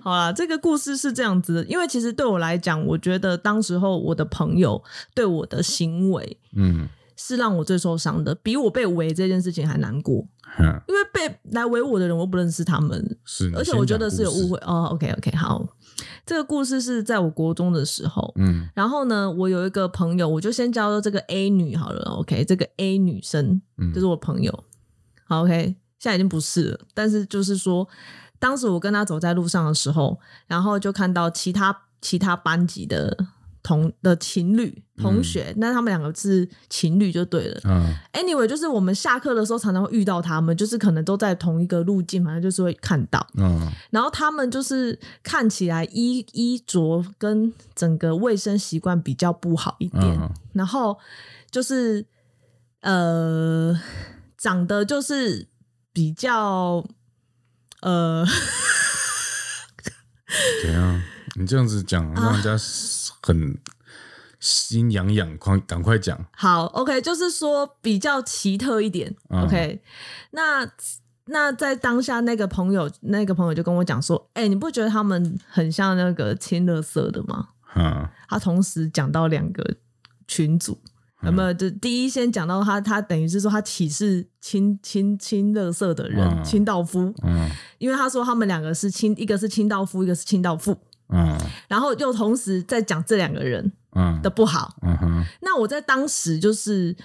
Speaker 2: 好啦，这个故事是这样子的，因为其实对我来讲，我觉得当时候我的朋友对我的行为
Speaker 1: 嗯
Speaker 2: 是让我最受伤的，比我被围这件事情还难过，
Speaker 1: 嗯，
Speaker 2: 因为被来围我的人我不认识他们，
Speaker 1: 是。你
Speaker 2: 而且
Speaker 1: 先
Speaker 2: 我
Speaker 1: 讲
Speaker 2: 觉得
Speaker 1: 故
Speaker 2: 是有误
Speaker 1: 事
Speaker 2: 会，哦。OK OK，好，这个故事是在我国中的时候，
Speaker 1: 嗯
Speaker 2: 然后呢，我有一个朋友，我就先叫做这个 A 女好了，OK，这个 A 女生
Speaker 1: 嗯，
Speaker 2: 就是我朋友，好 OK，现在已经不是了，但是就是说，当时我跟她走在路上的时候，然后就看到其他其他班级的同的情侣同学，那他们两个是情侣就对了，
Speaker 1: 嗯
Speaker 2: Anyway，就是我们下课的时候常常会遇到他们，就是可能都在同一个路径，反正就是会看到。
Speaker 1: 嗯
Speaker 2: 然后他们就是看起来衣衣着跟整个卫生习惯比较不好一点，
Speaker 1: 嗯
Speaker 2: 然后就是呃，长得就是比较呃，
Speaker 1: 怎样？你这样子讲，让人家很心痒痒，快赶快讲。
Speaker 2: 好，OK，就是说比较奇特一点、
Speaker 1: 嗯
Speaker 2: o k 那那在当下那个朋友，那个朋友就跟我讲说，哎、你不觉得他们很像那个亲热色的吗？
Speaker 1: 嗯
Speaker 2: 他同时讲到两个群组，有没有？就第一先讲到他，他等于是说他歧视亲亲亲热色的人，
Speaker 1: 嗯
Speaker 2: 清道夫，
Speaker 1: 嗯
Speaker 2: 因为他说他们两个是清，一个是清道夫，一个是清道妇，
Speaker 1: 嗯
Speaker 2: 然后又同时在讲这两个人
Speaker 1: 嗯
Speaker 2: 的不好。
Speaker 1: 嗯哼
Speaker 2: 那我在当时就是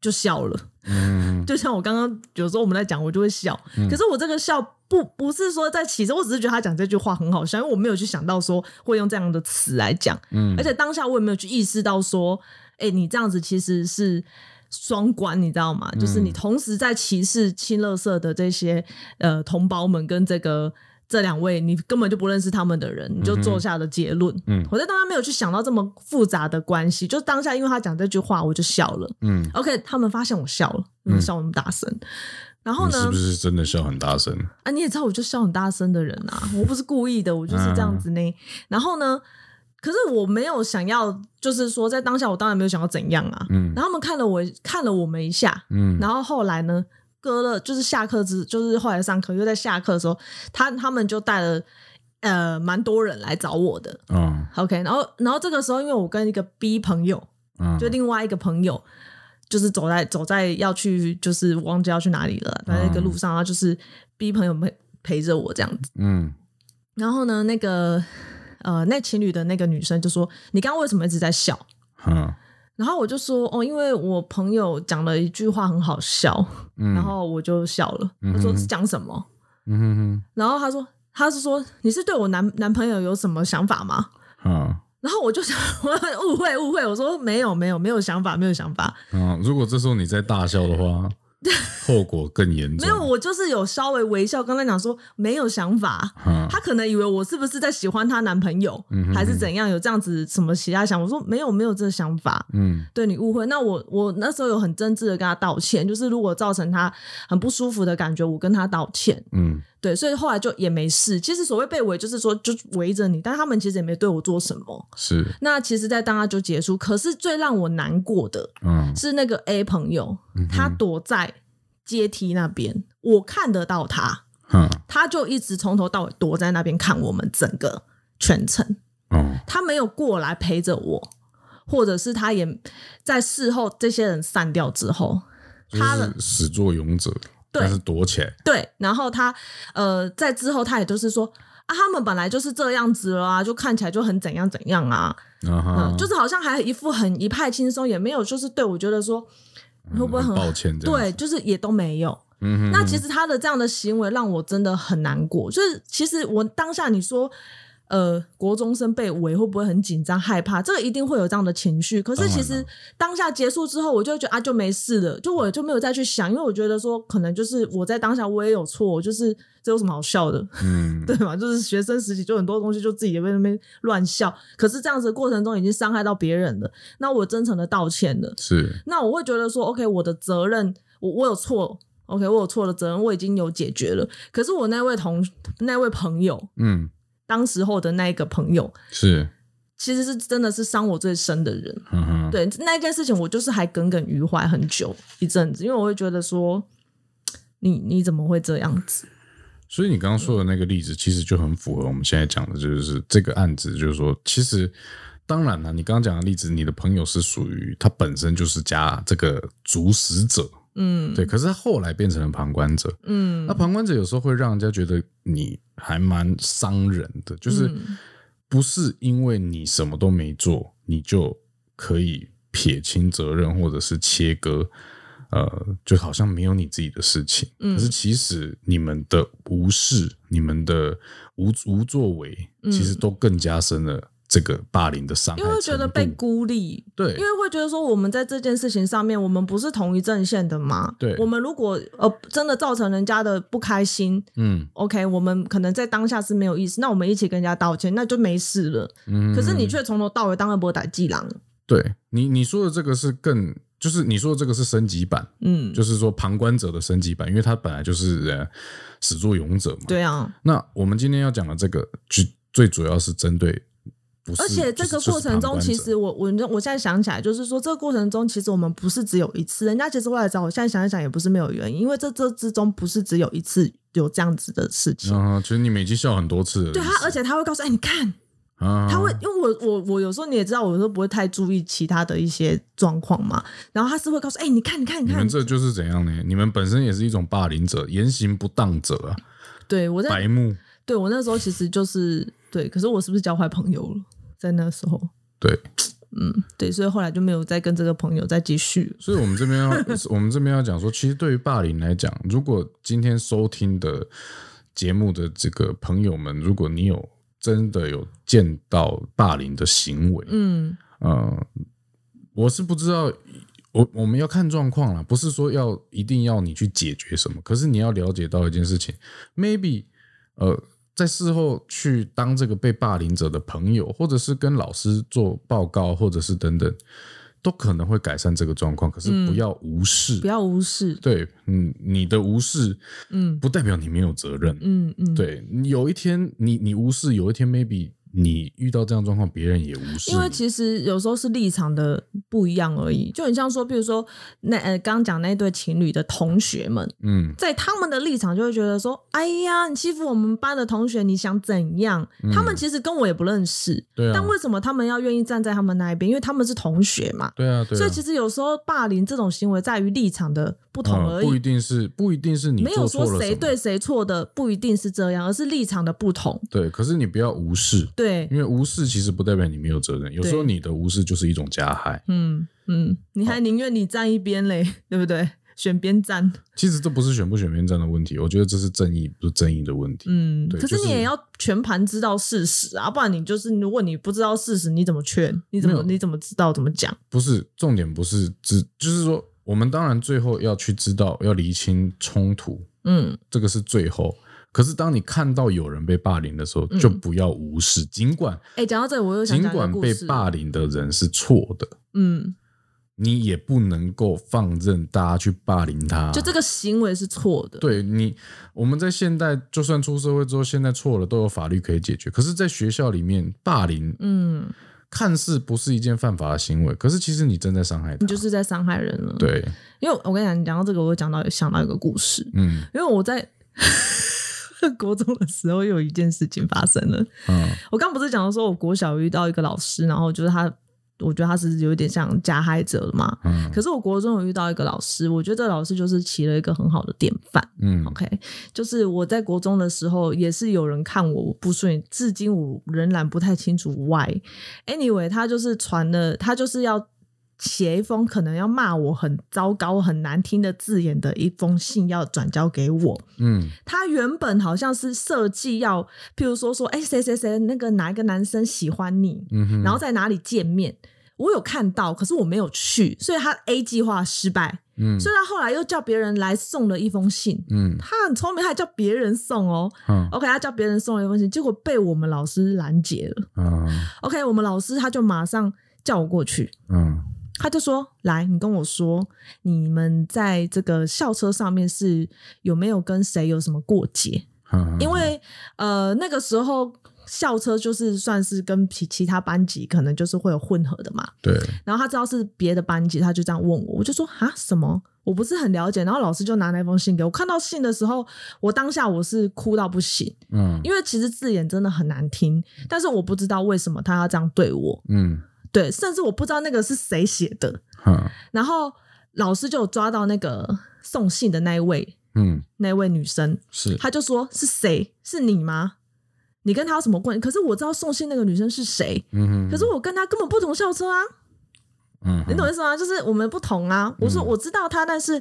Speaker 2: 就笑了，
Speaker 1: 嗯
Speaker 2: 就像我刚刚有时候我们在讲，我就会笑。可是我这个笑不不是说在歧视，我只是觉得他讲这句话很好笑，因为我没有去想到说会用这样的词来讲，
Speaker 1: 嗯
Speaker 2: 而且当下我也没有去意识到说，哎、你这样子其实是。双关，你知道
Speaker 1: 嗯
Speaker 2: 吗？就是你同时在歧视亲乐色的这些呃同胞们跟这个这两位你根本就不认识他们的人，你就做下了结论。
Speaker 1: 嗯
Speaker 2: 我在当下没有去想到这么复杂的关系，就当下因为他讲这句话，我就笑了。
Speaker 1: 嗯，
Speaker 2: OK，他们发现我笑了，
Speaker 1: 嗯
Speaker 2: 嗯，笑那么大声。然后
Speaker 1: 你是
Speaker 2: 呢
Speaker 1: 不？是真的笑很大声？
Speaker 2: 啊，你也知道，我就笑很大声的人 啊，我不是故意的，我就是这样子呢。
Speaker 1: 嗯
Speaker 2: 然后呢？可是我没有想要，就是说在当下，我当然没有想要怎样啊。
Speaker 1: 嗯
Speaker 2: 然后他们看了我，看了我们一下，
Speaker 1: 嗯
Speaker 2: 然后后来呢，隔了就是下课之，就是后来上课又在下课的时候，他他们就带了呃蛮多人来找我的。
Speaker 1: 嗯
Speaker 2: OK，然后然后这个时候，因为我跟一个 B 朋友，
Speaker 1: 嗯，
Speaker 2: 就另外一个朋友，就是走在走在要去，就是我忘记要去哪里了，在那个路上，然后就是 B 朋友陪陪着我这样子。
Speaker 1: 嗯
Speaker 2: 然后呢，那个呃，那情侣的那个女生就说：“你刚刚为什么一直在笑
Speaker 1: 嗯？”
Speaker 2: 然后我就说：“哦，因为我朋友讲了一句话很好笑，
Speaker 1: 嗯，
Speaker 2: 然后我就笑了。
Speaker 1: 嗯
Speaker 2: 我说：“
Speaker 1: 哼
Speaker 2: 是讲什么
Speaker 1: 嗯哼？”
Speaker 2: 然后他说：“他是说你是对我男男朋友有什么想法吗
Speaker 1: 哼，嗯？”
Speaker 2: 然后我就想， 我误会误会，我说没有没有没有想法没有想法，
Speaker 1: 嗯，如果这时候你再大笑的话，后果更严
Speaker 2: 没
Speaker 1: 重。
Speaker 2: 有，我就是有稍微微笑跟他讲说没有想法。
Speaker 1: 嗯
Speaker 2: 她可能以为我是不是在喜欢她男朋友，
Speaker 1: 嗯哼
Speaker 2: 还是怎样，有这样子什么其他想法？我说没有，没有这个想法，
Speaker 1: 嗯
Speaker 2: 对你误会。那我我那时候有很真挚的跟她道歉，就是如果造成她很不舒服的感觉，我跟她道歉。
Speaker 1: 嗯
Speaker 2: 对，所以后来就也没事。其实所谓被围，就是说就围着你，但他们其实也没对我做什么。
Speaker 1: 是
Speaker 2: 那其实，在当下就结束。可是最让我难过的，
Speaker 1: 嗯
Speaker 2: 是那个 A 朋友，他躲在阶梯那边，我看得到他，
Speaker 1: 哼
Speaker 2: 他就一直从头到尾躲在那边看我们整个全程，
Speaker 1: 哦
Speaker 2: 他没有过来陪着我，或者是他也在事后这些人散掉之后，他
Speaker 1: 就是始作俑者，
Speaker 2: 对
Speaker 1: 但是躲起来。
Speaker 2: 对，然后他呃，在之后他也就是说。啊，他们本来就是这样子了啊，就看起来就很怎样怎样啊，
Speaker 1: 啊哈，
Speaker 2: 嗯，就是好像还一副很一派轻松，也没有就是对我觉得说你会不会
Speaker 1: 嗯
Speaker 2: 很
Speaker 1: 抱歉？这样，
Speaker 2: 对，就是也都没有，
Speaker 1: 嗯哼，
Speaker 2: 那其实他的这样的行为让我真的很难过。就是其实我当下你说，呃，国中生被围会不会很紧张害怕？这个一定会有这样的情绪。可是其
Speaker 1: 当然
Speaker 2: 实
Speaker 1: 了
Speaker 2: 当下结束之后，我就会觉得啊，就没事了，就我就没有再去想，因为我觉得说，可能就是我在当下我也有错，我就是这有什么好笑的，
Speaker 1: 嗯
Speaker 2: 对吗？就是学生时期就很多东西就自己在那边乱笑，可是这样子的过程中已经伤害到别人了，那我真诚的道歉了。
Speaker 1: 是
Speaker 2: 那我会觉得说，OK，我的责任，我我有错，OK，我有错的责任，我已经有解决了。可是我那位同那位朋友，
Speaker 1: 嗯
Speaker 2: 当时候的那一个朋友，
Speaker 1: 是，
Speaker 2: 其实是真的是伤我最深的人。
Speaker 1: 嗯哼，
Speaker 2: 对那件事情，我就是还耿耿于怀很久一阵子，因为我会觉得说，你你怎么会这样子？
Speaker 1: 所以你刚刚说的那个例子，其实就很符合我们现在讲的，就是这个案子，就是说，其实当然了，你刚刚讲的例子，你的朋友是属于他本身就是加这个主使者，
Speaker 2: 嗯，
Speaker 1: 对，可是他后来变成了旁观者。
Speaker 2: 嗯
Speaker 1: 那旁观者有时候会让人家觉得你还蛮伤人的，就是
Speaker 2: 嗯
Speaker 1: 不是因为你什么都没做，你就可以撇清责任或者是切割，呃，就好像没有你自己的事情。
Speaker 2: 嗯
Speaker 1: 可是其实你们的无视、你们的无无作为，其实都更加深了这个霸凌的伤害
Speaker 2: 嗯因
Speaker 1: 程度。
Speaker 2: 为觉得被孤立，
Speaker 1: 对，
Speaker 2: 因为会觉得说我们在这件事情上面，我们不是同一阵线的嘛。
Speaker 1: 对
Speaker 2: 我们如果呃真的造成人家的不开心
Speaker 1: 嗯
Speaker 2: ，OK，我们可能在当下是没有意思，那我们一起跟人家道歉，那就没事了。
Speaker 1: 嗯，
Speaker 2: 可是你却从头到尾当了波打季郎，
Speaker 1: 对你你说的这个是更，就是你说的这个是升级版，
Speaker 2: 嗯，
Speaker 1: 就是说旁观者的升级版，因为他本来就是呃始作俑者嘛。
Speaker 2: 对啊。
Speaker 1: 那我们今天要讲的这个，最最主要是针对不是，
Speaker 2: 而且这个
Speaker 1: 就是
Speaker 2: 过程中，
Speaker 1: 就是
Speaker 2: 其
Speaker 1: 旁观者
Speaker 2: 实我我我现在想起来，就是说这个过程中，其实我们不是只有一次，人家其实会来找我。现在想一想，也不是没有原因，因为这这之中不是只有一次有这样子的事情。
Speaker 1: 嗯，其实你们已经笑很多次了。
Speaker 2: 对他，而且他会告诉哎，你看
Speaker 1: 啊，
Speaker 2: 他会，因为我我我有时候你也知道，我有时候不会太注意其他的一些状况嘛。然后他是会告诉，哎、你看，你看，你
Speaker 1: 你
Speaker 2: 看
Speaker 1: 们，这就是怎样呢？你们本身也是一种霸凌者，言行不当者啊，
Speaker 2: 对我在，
Speaker 1: 白目。
Speaker 2: 对我那时候其实就是对，可是我是不是交坏朋友了？在那时候，
Speaker 1: 对，
Speaker 2: 嗯，对，所以后来就没有再跟这个朋友再继续。
Speaker 1: 所以我们这边要，我们这边要讲说，其实对于霸凌来讲，如果今天收听的节目的这个朋友们，如果你有真的有见到霸凌的行为，
Speaker 2: 嗯
Speaker 1: 呃，我是不知道，我我们要看状况啦，不是说要一定要你去解决什么，可是你要了解到一件事情，maybe，呃，在事后去当这个被霸凌者的朋友，或者是跟老师做报告，或者是等等，都可能会改善这个状况，可是不要无视，
Speaker 2: 嗯不要无视。
Speaker 1: 对，嗯，你的无视
Speaker 2: 嗯
Speaker 1: 不代表你没有责任，
Speaker 2: 嗯嗯，，
Speaker 1: 对，你有一天你你无视，有一天 maybe。你遇到这样的状况，别人也无视你。
Speaker 2: 因为其实有时候是立场的不一样而已，就很像说，比如说那呃，刚刚讲那对情侣的同学们，
Speaker 1: 嗯，
Speaker 2: 在他们的立场就会觉得说：“哎呀，你欺负我们班的同学，你想怎样？”他们其实跟我也不认识，
Speaker 1: 嗯对啊，
Speaker 2: 但为什么他们要愿意站在他们那一边？因为他们是同学嘛。
Speaker 1: 对啊，对啊，
Speaker 2: 所以其实有时候霸凌这种行为在于立场的不同
Speaker 1: 嗯
Speaker 2: 而
Speaker 1: 不
Speaker 2: 已，
Speaker 1: 一定是不一定是你
Speaker 2: 没有
Speaker 1: 做错
Speaker 2: 说
Speaker 1: 了什
Speaker 2: 谁
Speaker 1: 么，
Speaker 2: 对谁错的，不一定是这样，而是立场的不同。
Speaker 1: 对可是你不要无视，
Speaker 2: 对，
Speaker 1: 因为无视其实不代表你没有责任，有时候你的无视就是一种加害。
Speaker 2: 嗯嗯，你还宁愿你站一边嘞，对不对？选边站，
Speaker 1: 其实这不是选不选边站的问题，我觉得这是正义不是正义的问题。
Speaker 2: 嗯，
Speaker 1: 对
Speaker 2: 可
Speaker 1: 就是是
Speaker 2: 你也要全盘知道事实啊，不然你就是如果你不知道事实，你怎么劝？你怎
Speaker 1: 没
Speaker 2: 么
Speaker 1: 有
Speaker 2: 你怎么知道怎么讲？
Speaker 1: 不是重点，不是只就是说，我们当然最后要去知道要厘清冲突，
Speaker 2: 嗯，
Speaker 1: 这个是最后。可是当你看到有人被霸凌的时候，
Speaker 2: 嗯
Speaker 1: 就不要无视，尽管
Speaker 2: 哎、讲到这里，我又想
Speaker 1: 尽
Speaker 2: 讲一个
Speaker 1: 管
Speaker 2: 故
Speaker 1: 被
Speaker 2: 事。
Speaker 1: 霸凌的人是错的，
Speaker 2: 嗯，
Speaker 1: 你也不能够放任大家去霸凌他。
Speaker 2: 就这个行为是错的。，
Speaker 1: 对你，我们在现代，就算出社会之后，现在错了都有法律可以解决。可是，在学校里面，霸凌
Speaker 2: 嗯，
Speaker 1: 看似不是一件犯法的行为，可是其实你正在伤害他。
Speaker 2: 你就是在伤害人了。，
Speaker 1: 对，
Speaker 2: 因为我跟你讲，你讲到这个，我又讲到想到一个故事，
Speaker 1: 嗯
Speaker 2: 因为我在 国中的时候又有一件事情发生了。
Speaker 1: 嗯
Speaker 2: 我刚不是讲到说，我国小遇到一个老师，然后就是他，我觉得他是有点像加害者嘛。
Speaker 1: 嗯
Speaker 2: 可是我国中有遇到一个老师，我觉得这老师就是起了一个很好的典范。
Speaker 1: 嗯
Speaker 2: OK，就是我在国中的时候，也是有人看我不顺眼，至今我仍然不太清楚 why。Anyway，他就是传了，他就是要写一封可能要骂我很糟糕、很难听的字眼的一封信，要转交给我。
Speaker 1: 嗯
Speaker 2: 他原本好像是设计要，譬如说说，哎、谁谁谁那个哪一个男生喜欢你，
Speaker 1: 嗯哼，
Speaker 2: 然后在哪里见面。我有看到，可是我没有去，所以他 A 计划失败，
Speaker 1: 嗯
Speaker 2: 所以他后来又叫别人来送了一封信，
Speaker 1: 嗯
Speaker 2: 他很聪明，他还叫别人送哦。
Speaker 1: 嗯
Speaker 2: OK，他叫别人送了一封信，结果被我们老师拦截了。
Speaker 1: 嗯
Speaker 2: OK，我们老师他就马上叫我过去，
Speaker 1: 嗯
Speaker 2: 他就说：“来，你跟我说，你们在这个校车上面是有没有跟谁有什么过节？”
Speaker 1: 嗯
Speaker 2: 因为呃那个时候校车就是算是跟其其他班级可能就是会有混合的嘛，
Speaker 1: 对，
Speaker 2: 然后他知道是别的班级，他就这样问我，我就说啊什么？我不是很了解。然后老师就拿那封信给我，看到信的时候，我当下我是哭到不行，
Speaker 1: 嗯
Speaker 2: 因为其实字眼真的很难听，但是我不知道为什么他要这样对我，
Speaker 1: 嗯
Speaker 2: 对，甚至我不知道那个是谁写的。
Speaker 1: 哈
Speaker 2: 然后老师就有抓到那个送信的那一位，
Speaker 1: 嗯
Speaker 2: 那一位女生，
Speaker 1: 是
Speaker 2: 他就说是谁？是你吗？你跟他有什么关系？可是我知道送信那个女生是谁，
Speaker 1: 嗯哼
Speaker 2: 可是我跟他根本不同校车啊。
Speaker 1: 嗯
Speaker 2: 你
Speaker 1: 哼
Speaker 2: 懂我意思吗？就是我们不同啊。我说我知道他，但是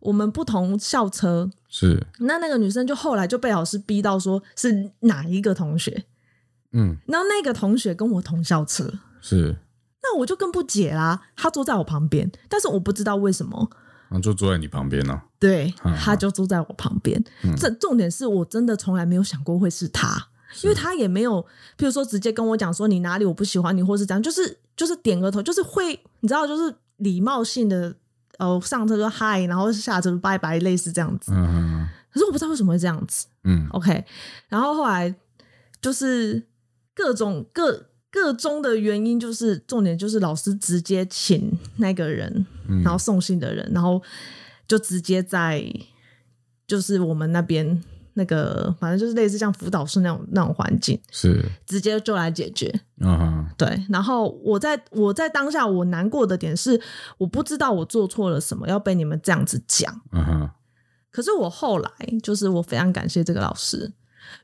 Speaker 2: 我们不同校车。
Speaker 1: 是
Speaker 2: 那那个女生就后来就被老师逼到说是哪一个同学，
Speaker 1: 嗯
Speaker 2: 然后那个同学跟我同校车，
Speaker 1: 是，
Speaker 2: 那我就更不解啦。他坐在我旁边，但是我不知道为什么，
Speaker 1: 那啊就坐在你旁边呢。
Speaker 2: 对
Speaker 1: 嗯，
Speaker 2: 他就坐在我旁边。这重点是我真的从来没有想过会是他，
Speaker 1: 嗯
Speaker 2: 因为他也没有，譬如说直接跟我讲说你哪里我不喜欢你，或是怎样，就是就是点个头，就是会，你知道，就是礼貌性的，呃，上车就嗨，然后下车就拜拜，类似这样子。
Speaker 1: 嗯哼
Speaker 2: 可是我不知道为什么会这样子。
Speaker 1: 嗯
Speaker 2: OK，然后后来就是各种各各中的原因，就是重点就是老师直接请那个人，
Speaker 1: 嗯
Speaker 2: 然后送信的人，然后就直接在就是我们那边那个，反正就是类似像辅导室那种那种环境，
Speaker 1: 是
Speaker 2: 直接就来解决。
Speaker 1: 嗯哼
Speaker 2: 对，然后我在我在当下我难过的点是，我不知道我做错了什么，要被你们这样子讲。
Speaker 1: 嗯哼
Speaker 2: 可是我后来就是我非常感谢这个老师，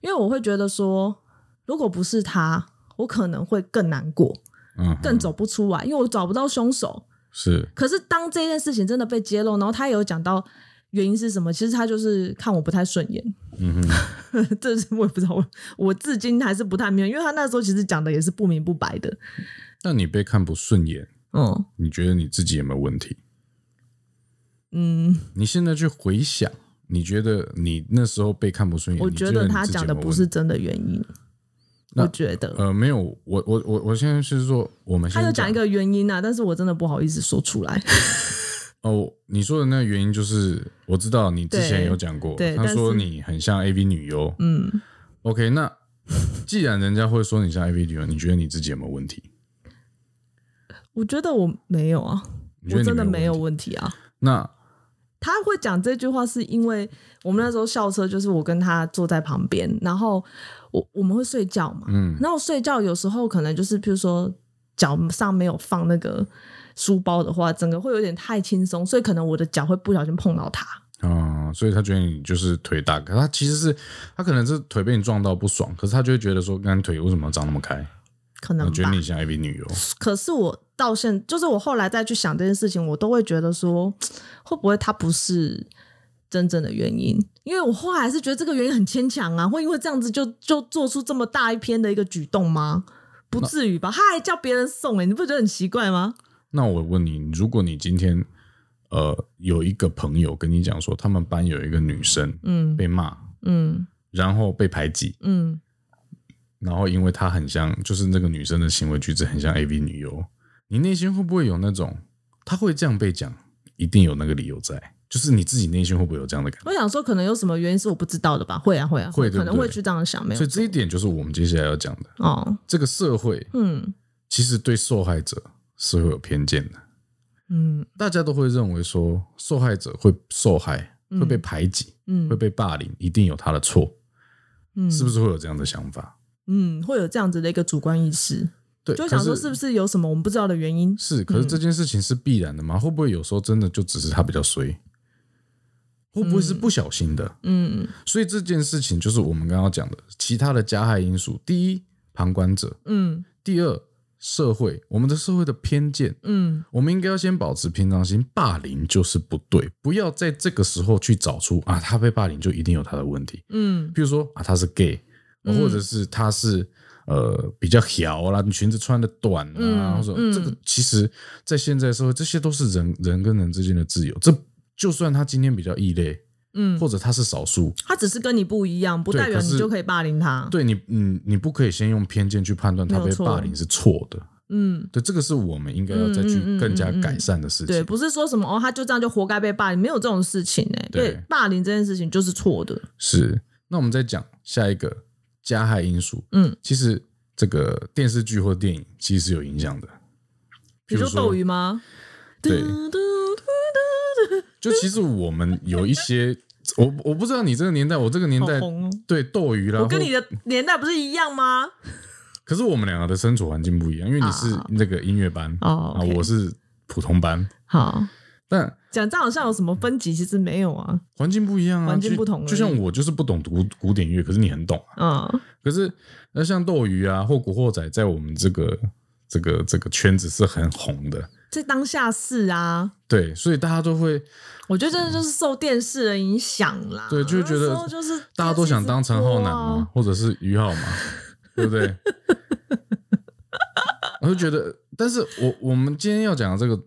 Speaker 2: 因为我会觉得说，如果不是他，我可能会更难过，
Speaker 1: 嗯哼
Speaker 2: 更走不出来，因为我找不到凶手。
Speaker 1: 是
Speaker 2: 可是当这件事情真的被揭露，然后他也有讲到原因是什么，其实他就是看我不太顺眼，
Speaker 1: 嗯哼
Speaker 2: 这是我也不知道，我我至今还是不太明白，因为他那时候其实讲的也是不明不白的，
Speaker 1: 那你被看不顺眼，
Speaker 2: 嗯
Speaker 1: 你觉得你自己有没有问题？
Speaker 2: 嗯，
Speaker 1: 你现在去回想，你觉得你那时候被看不顺眼，
Speaker 2: 我
Speaker 1: 你
Speaker 2: 觉
Speaker 1: 得
Speaker 2: 得
Speaker 1: 你
Speaker 2: 他
Speaker 1: 自己
Speaker 2: 讲
Speaker 1: 有
Speaker 2: 的
Speaker 1: 没有
Speaker 2: 不
Speaker 1: 问
Speaker 2: 是
Speaker 1: 题
Speaker 2: 真的原因，
Speaker 1: 那
Speaker 2: 我觉得。
Speaker 1: 呃没有，我我我我现在是说我们
Speaker 2: 他
Speaker 1: 先
Speaker 2: 有讲一个原因啊，但是我真的不好意思说出来。
Speaker 1: 哦，你说的那个原因就是我知道你之前
Speaker 2: 对
Speaker 1: 有讲过
Speaker 2: 对，
Speaker 1: 他
Speaker 2: 但
Speaker 1: 说
Speaker 2: 是
Speaker 1: 你很像 AV 女优，
Speaker 2: 嗯，
Speaker 1: OK，那既然人家会说你像 AV 女优，你觉得你自己有没有问题？
Speaker 2: 我觉得我没有啊，
Speaker 1: 你觉得
Speaker 2: 我
Speaker 1: 你
Speaker 2: 真的
Speaker 1: 没
Speaker 2: 没
Speaker 1: 有
Speaker 2: 有
Speaker 1: 问
Speaker 2: 问题啊。
Speaker 1: 那
Speaker 2: 他会讲这句话，是因为我们那时候校车就是我跟他坐在旁边，然后我我们会睡觉嘛，
Speaker 1: 嗯
Speaker 2: 然后睡觉有时候可能就是譬如说脚上没有放那个书包的话，整个会有点太轻松，所以可能我的脚会不小心碰到他。
Speaker 1: 啊、所以他觉得你就是腿大，可他其实是他可能是腿被你撞到不爽，可是他就会觉得说，干腿为什么要长那么开？
Speaker 2: 可
Speaker 1: 我
Speaker 2: 能
Speaker 1: 觉得
Speaker 2: 吧
Speaker 1: 你，像 AV 女优，
Speaker 2: 可是我到现，就是我后来再去想这件事情，我都会觉得说，会不会他不是真正的原因？因为我后来是觉得这个原因很牵强啊，会因为这样子就就做出这么大一篇的一个举动吗？不至于吧？他还叫别人送、欸，你不觉得很奇怪吗？
Speaker 1: 那我问你，如果你今天呃有一个朋友跟你讲说，他们班有一个女生
Speaker 2: 嗯
Speaker 1: 被骂，
Speaker 2: 嗯
Speaker 1: 然后被排挤，
Speaker 2: 嗯，
Speaker 1: 然后因为她很像，就是那个女生的行为举止很像 AV 女优，你内心会不会有那种，她会这样被讲，一定有那个理由在，就是你自己内心会不会有这样的感觉？
Speaker 2: 我想说，可能有什么原因是我不知道的吧？会啊会啊，
Speaker 1: 会对不对
Speaker 2: 可能会去这样想，没有
Speaker 1: 所以这一点就是我们接下来要讲的，
Speaker 2: 哦，
Speaker 1: 这个社会
Speaker 2: 嗯
Speaker 1: 其实对受害者是会有偏见的，
Speaker 2: 嗯
Speaker 1: 大家都会认为说受害者会受害，会被排挤，
Speaker 2: 嗯
Speaker 1: 会被霸凌，一定有他的错，
Speaker 2: 嗯，
Speaker 1: 是不是会有这样的想法？
Speaker 2: 嗯会有这样子的一个主观意识，
Speaker 1: 对，
Speaker 2: 就会
Speaker 1: 可
Speaker 2: 想说是不嗯是有什么我们不知道的原因？
Speaker 1: 是，可是这件事情是必然的吗？会不会有时候真的就只是他比较衰？会不会是不小心的？
Speaker 2: 嗯
Speaker 1: 所以这件事情就是我们刚刚讲的其他的加害因素：第一，旁观者；
Speaker 2: 嗯
Speaker 1: 第二，社会，我们的社会的偏见。
Speaker 2: 嗯
Speaker 1: 我们应该要先保持平常心，霸凌就是不对，不要在这个时候去找出啊，他被霸凌就一定有他的问题。
Speaker 2: 嗯
Speaker 1: 比如说啊，他是 gay，或者是他是呃比较小啦，裙子穿的短啊，
Speaker 2: 嗯
Speaker 1: 或者
Speaker 2: 嗯
Speaker 1: 这个其实，在现在社会，这些都是人人跟人之间的自由。这就算他今天比较异类，
Speaker 2: 嗯，
Speaker 1: 或者他是少数，
Speaker 2: 他只是跟你不一样，不
Speaker 1: 对
Speaker 2: 代表
Speaker 1: 可是
Speaker 2: 你就可以霸凌他。
Speaker 1: 对你，你你不可以先用偏见去判断他
Speaker 2: 没有
Speaker 1: 被
Speaker 2: 错
Speaker 1: 霸凌是错的。
Speaker 2: 嗯，
Speaker 1: 对，这个是我们应该要再去
Speaker 2: 嗯嗯嗯
Speaker 1: 更加
Speaker 2: 嗯嗯
Speaker 1: 改善的事情。
Speaker 2: 对，不是说什么哦，他就这样就活该被霸凌，没有这种事情哎、
Speaker 1: 对
Speaker 2: 对，霸凌这件事情就是错的。
Speaker 1: 是。那我们再讲下一个加害因素，
Speaker 2: 嗯，
Speaker 1: 其实这个电视剧或电影其实是有影响的。
Speaker 2: 比如说斗鱼吗？
Speaker 1: 对
Speaker 2: 嘟嘟
Speaker 1: 就其实我们有一些，我我不知道你这个年代，我这个年
Speaker 2: 好
Speaker 1: 代
Speaker 2: 红哦！
Speaker 1: 对斗鱼啦，
Speaker 2: 我跟
Speaker 1: 或
Speaker 2: 你的年代不是一样吗？
Speaker 1: 可是我们两个的身处环境不一样，因为你是
Speaker 2: 啊
Speaker 1: 那个音乐班
Speaker 2: 哦
Speaker 1: 啊，
Speaker 2: ，OK
Speaker 1: 我是普通班，
Speaker 2: 好，
Speaker 1: 但
Speaker 2: 讲这好像有什么分级，其实没有啊。
Speaker 1: 环境不一样啊，
Speaker 2: 环境
Speaker 1: 就
Speaker 2: 不同而已
Speaker 1: 就像我就是不懂古古典乐，可是你很懂啊。
Speaker 2: 嗯，
Speaker 1: 可是那像斗鱼啊或古惑仔，在我们这个这个这个圈子是很红的，
Speaker 2: 在当下是啊，
Speaker 1: 对，所以大家都会，
Speaker 2: 我觉得真的就是受电视的影响啦。
Speaker 1: 对就觉得
Speaker 2: 那时候就是
Speaker 1: 大家都想当陈浩南
Speaker 2: 嘛。
Speaker 1: 嘛，或者是于 浩嘛，对不对？我就觉得，但是我我们今天要讲的这个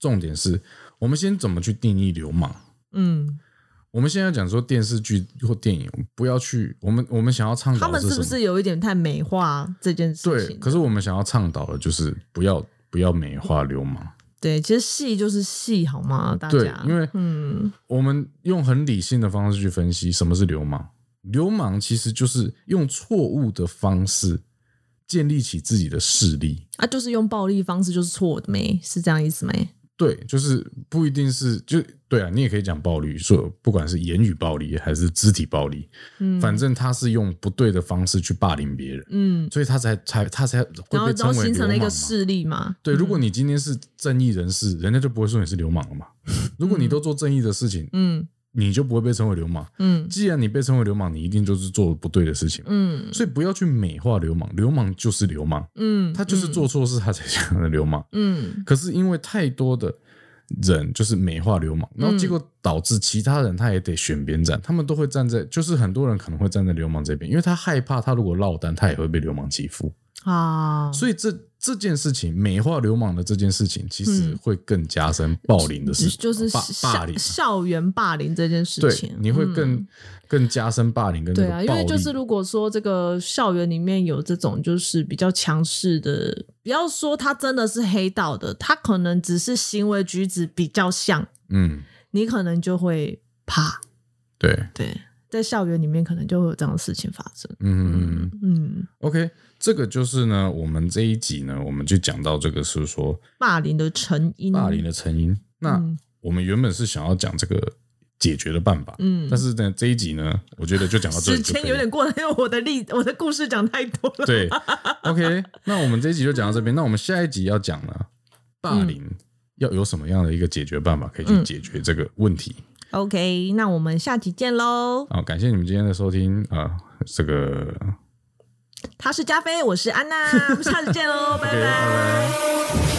Speaker 1: 重点是，我们先怎么去定义流氓？
Speaker 2: 嗯，
Speaker 1: 我们现在讲说电视剧或电影，不要去我们我们想要倡导
Speaker 2: 他
Speaker 1: 的
Speaker 2: 们
Speaker 1: 是
Speaker 2: 是
Speaker 1: 嗯什
Speaker 2: 不
Speaker 1: 么？
Speaker 2: 是有一点太美化这件事
Speaker 1: 对，
Speaker 2: 情？
Speaker 1: 可是我们想要倡导的就是不要不要美化流氓。
Speaker 2: 对，其实戏就是戏，好吗？大
Speaker 1: 对
Speaker 2: 家，，
Speaker 1: 因为
Speaker 2: 嗯，
Speaker 1: 我们用很理性的方式去分析什么是流氓。流氓其实就是用错误的方式建立起自己的势力。
Speaker 2: 啊，就是用暴力方式就是错的没，是这样意思没？
Speaker 1: 对，就是不一定是就对啊，你也可以讲暴力，说不管是言语暴力还是肢体暴力，
Speaker 2: 嗯，
Speaker 1: 反正他是用不对的方式去霸凌别人，
Speaker 2: 嗯，
Speaker 1: 所以他才才他才
Speaker 2: 然
Speaker 1: 会
Speaker 2: 后
Speaker 1: 被
Speaker 2: 然后
Speaker 1: 称为
Speaker 2: 形
Speaker 1: 流
Speaker 2: 成了
Speaker 1: 氓
Speaker 2: 一个
Speaker 1: 嘛。
Speaker 2: 势嗯力嘛。
Speaker 1: 对，如果你今天是正义人士，人家就不会说你是流氓了 嘛。如果你都做正义的事情，
Speaker 2: 嗯
Speaker 1: 你就不会被称为流氓。
Speaker 2: 嗯
Speaker 1: 既然你被称为流氓，你一定就是做了不对的事情，
Speaker 2: 嗯
Speaker 1: 所以不要去美化流氓。流氓就是流氓，
Speaker 2: 嗯，
Speaker 1: 他就是做错事，他才 讲的流氓。
Speaker 2: 嗯
Speaker 1: 可是因为太多的人就是美化流氓，
Speaker 2: 嗯
Speaker 1: 然后结果导致其他人他也得选边站，他们都会站在，就是很多人可能会站在流氓这边，因为他害怕他如果落单，他也会被流氓欺负。
Speaker 2: 嗯啊，
Speaker 1: 所以这这件事情，美化流氓的这件事情，其实
Speaker 2: 嗯
Speaker 1: 会更加深暴凌的事，哦
Speaker 2: 就是
Speaker 1: 霸霸
Speaker 2: 校
Speaker 1: 凌。
Speaker 2: 校园霸凌这件事
Speaker 1: 对
Speaker 2: 情，，
Speaker 1: 你会
Speaker 2: 嗯
Speaker 1: 更、更加深霸凌跟那
Speaker 2: 对
Speaker 1: 个暴
Speaker 2: 啊，
Speaker 1: 力。
Speaker 2: 因为就是如果说这个校园里面有这种就是比较强势的，不要说他真的是黑道的，他可能只是行为举止比较像，
Speaker 1: 嗯，
Speaker 2: 你可能就会怕。
Speaker 1: 对，
Speaker 2: 对，在校园里面可能就会有这样的事情发生。
Speaker 1: 嗯嗯嗯
Speaker 2: 嗯，
Speaker 1: ，OK，这个就是呢，我们这一集呢，我们就讲到这个是说
Speaker 2: 霸凌的成因，
Speaker 1: 霸凌的成因。那
Speaker 2: 嗯
Speaker 1: 我们原本是想要讲这个解决的办法，
Speaker 2: 嗯
Speaker 1: 但是呢，这一集呢，我觉得就讲到这
Speaker 2: 时
Speaker 1: 里就可
Speaker 2: 间
Speaker 1: 以
Speaker 2: 有
Speaker 1: 了。
Speaker 2: 点过了，因为我的例我的故事讲太多了。
Speaker 1: 对，OK，那我们这一集就讲到这边。那我们下一集要讲呢，霸凌要有什么样的一个解决办法可以去
Speaker 2: 嗯
Speaker 1: 解决这个问题？
Speaker 2: OK，那我们下期见喽！
Speaker 1: 好，感谢你们今天的收听啊，这个
Speaker 2: 他是加菲，我是安娜，我们下期见喽，拜
Speaker 1: OK，拜
Speaker 2: 拜
Speaker 1: 拜